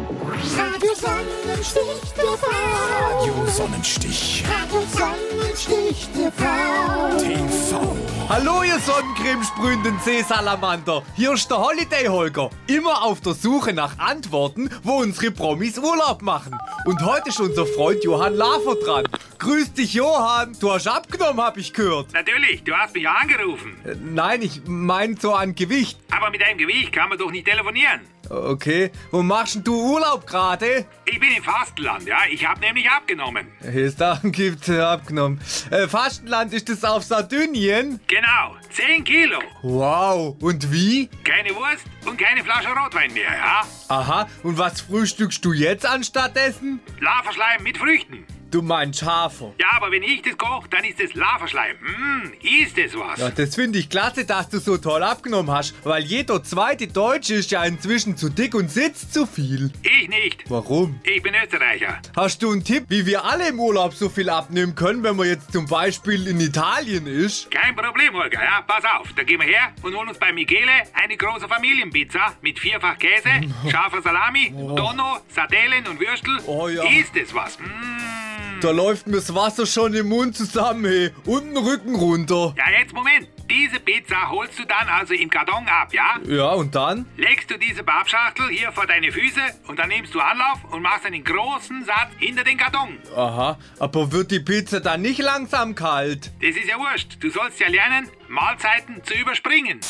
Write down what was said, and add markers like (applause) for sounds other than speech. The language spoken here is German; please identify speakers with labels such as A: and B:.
A: Radio Sonnenstich TV.
B: Radio Sonnenstich.
A: Radio Sonnenstich TV.
B: TV.
C: Hallo, ihr sonnencremesprühenden Seesalamander. Hier ist der Holiday Holger. Immer auf der Suche nach Antworten, wo unsere Promis Urlaub machen. Und heute ist unser Freund Johann Lafer dran. Grüß dich, Johann. Du hast abgenommen, hab ich gehört.
D: Natürlich, du hast mich angerufen.
C: Äh, Nein, ich mein so an Gewicht.
D: Aber mit deinem Gewicht kann man doch nicht telefonieren.
C: Okay, wo machst denn du Urlaub gerade?
D: Ich bin im Fastenland, ja. Ich habe nämlich abgenommen.
C: Hier ist da (laughs) gibt äh, abgenommen. Äh, Fastenland ist es auf Sardinien.
D: Genau, 10 Kilo.
C: Wow, und wie?
D: Keine Wurst und keine Flasche Rotwein mehr, ja.
C: Aha, und was frühstückst du jetzt anstattdessen?
D: Laferschleim mit Früchten.
C: Du meinst Hafer.
D: Ja, aber wenn ich das koche, dann ist es Laferschleim. Mmm, ist es was.
C: Ja, das finde ich klasse, dass du so toll abgenommen hast, weil jeder zweite Deutsche ist ja inzwischen zu dick und sitzt zu viel.
D: Ich nicht.
C: Warum?
D: Ich bin Österreicher.
C: Hast du einen Tipp, wie wir alle im Urlaub so viel abnehmen können, wenn man jetzt zum Beispiel in Italien ist?
D: Kein Problem, Holger, ja. Pass auf, da gehen wir her und holen uns bei Michele eine große Familienpizza mit vierfach Käse,
C: (laughs)
D: scharfer Salami, Donno, Sardellen und Würstel.
C: Oh ja.
D: Ist es was. Mmm.
C: Da läuft mir das Wasser schon im Mund zusammen, hey, und den Rücken runter.
D: Ja, jetzt Moment. Diese Pizza holst du dann also im Karton ab, ja?
C: Ja, und dann?
D: Legst du diese Pappschachtel hier vor deine Füße und dann nimmst du Anlauf und machst einen großen Satz hinter den Karton.
C: Aha, aber wird die Pizza dann nicht langsam kalt?
D: Das ist ja wurscht. Du sollst ja lernen, Mahlzeiten zu überspringen.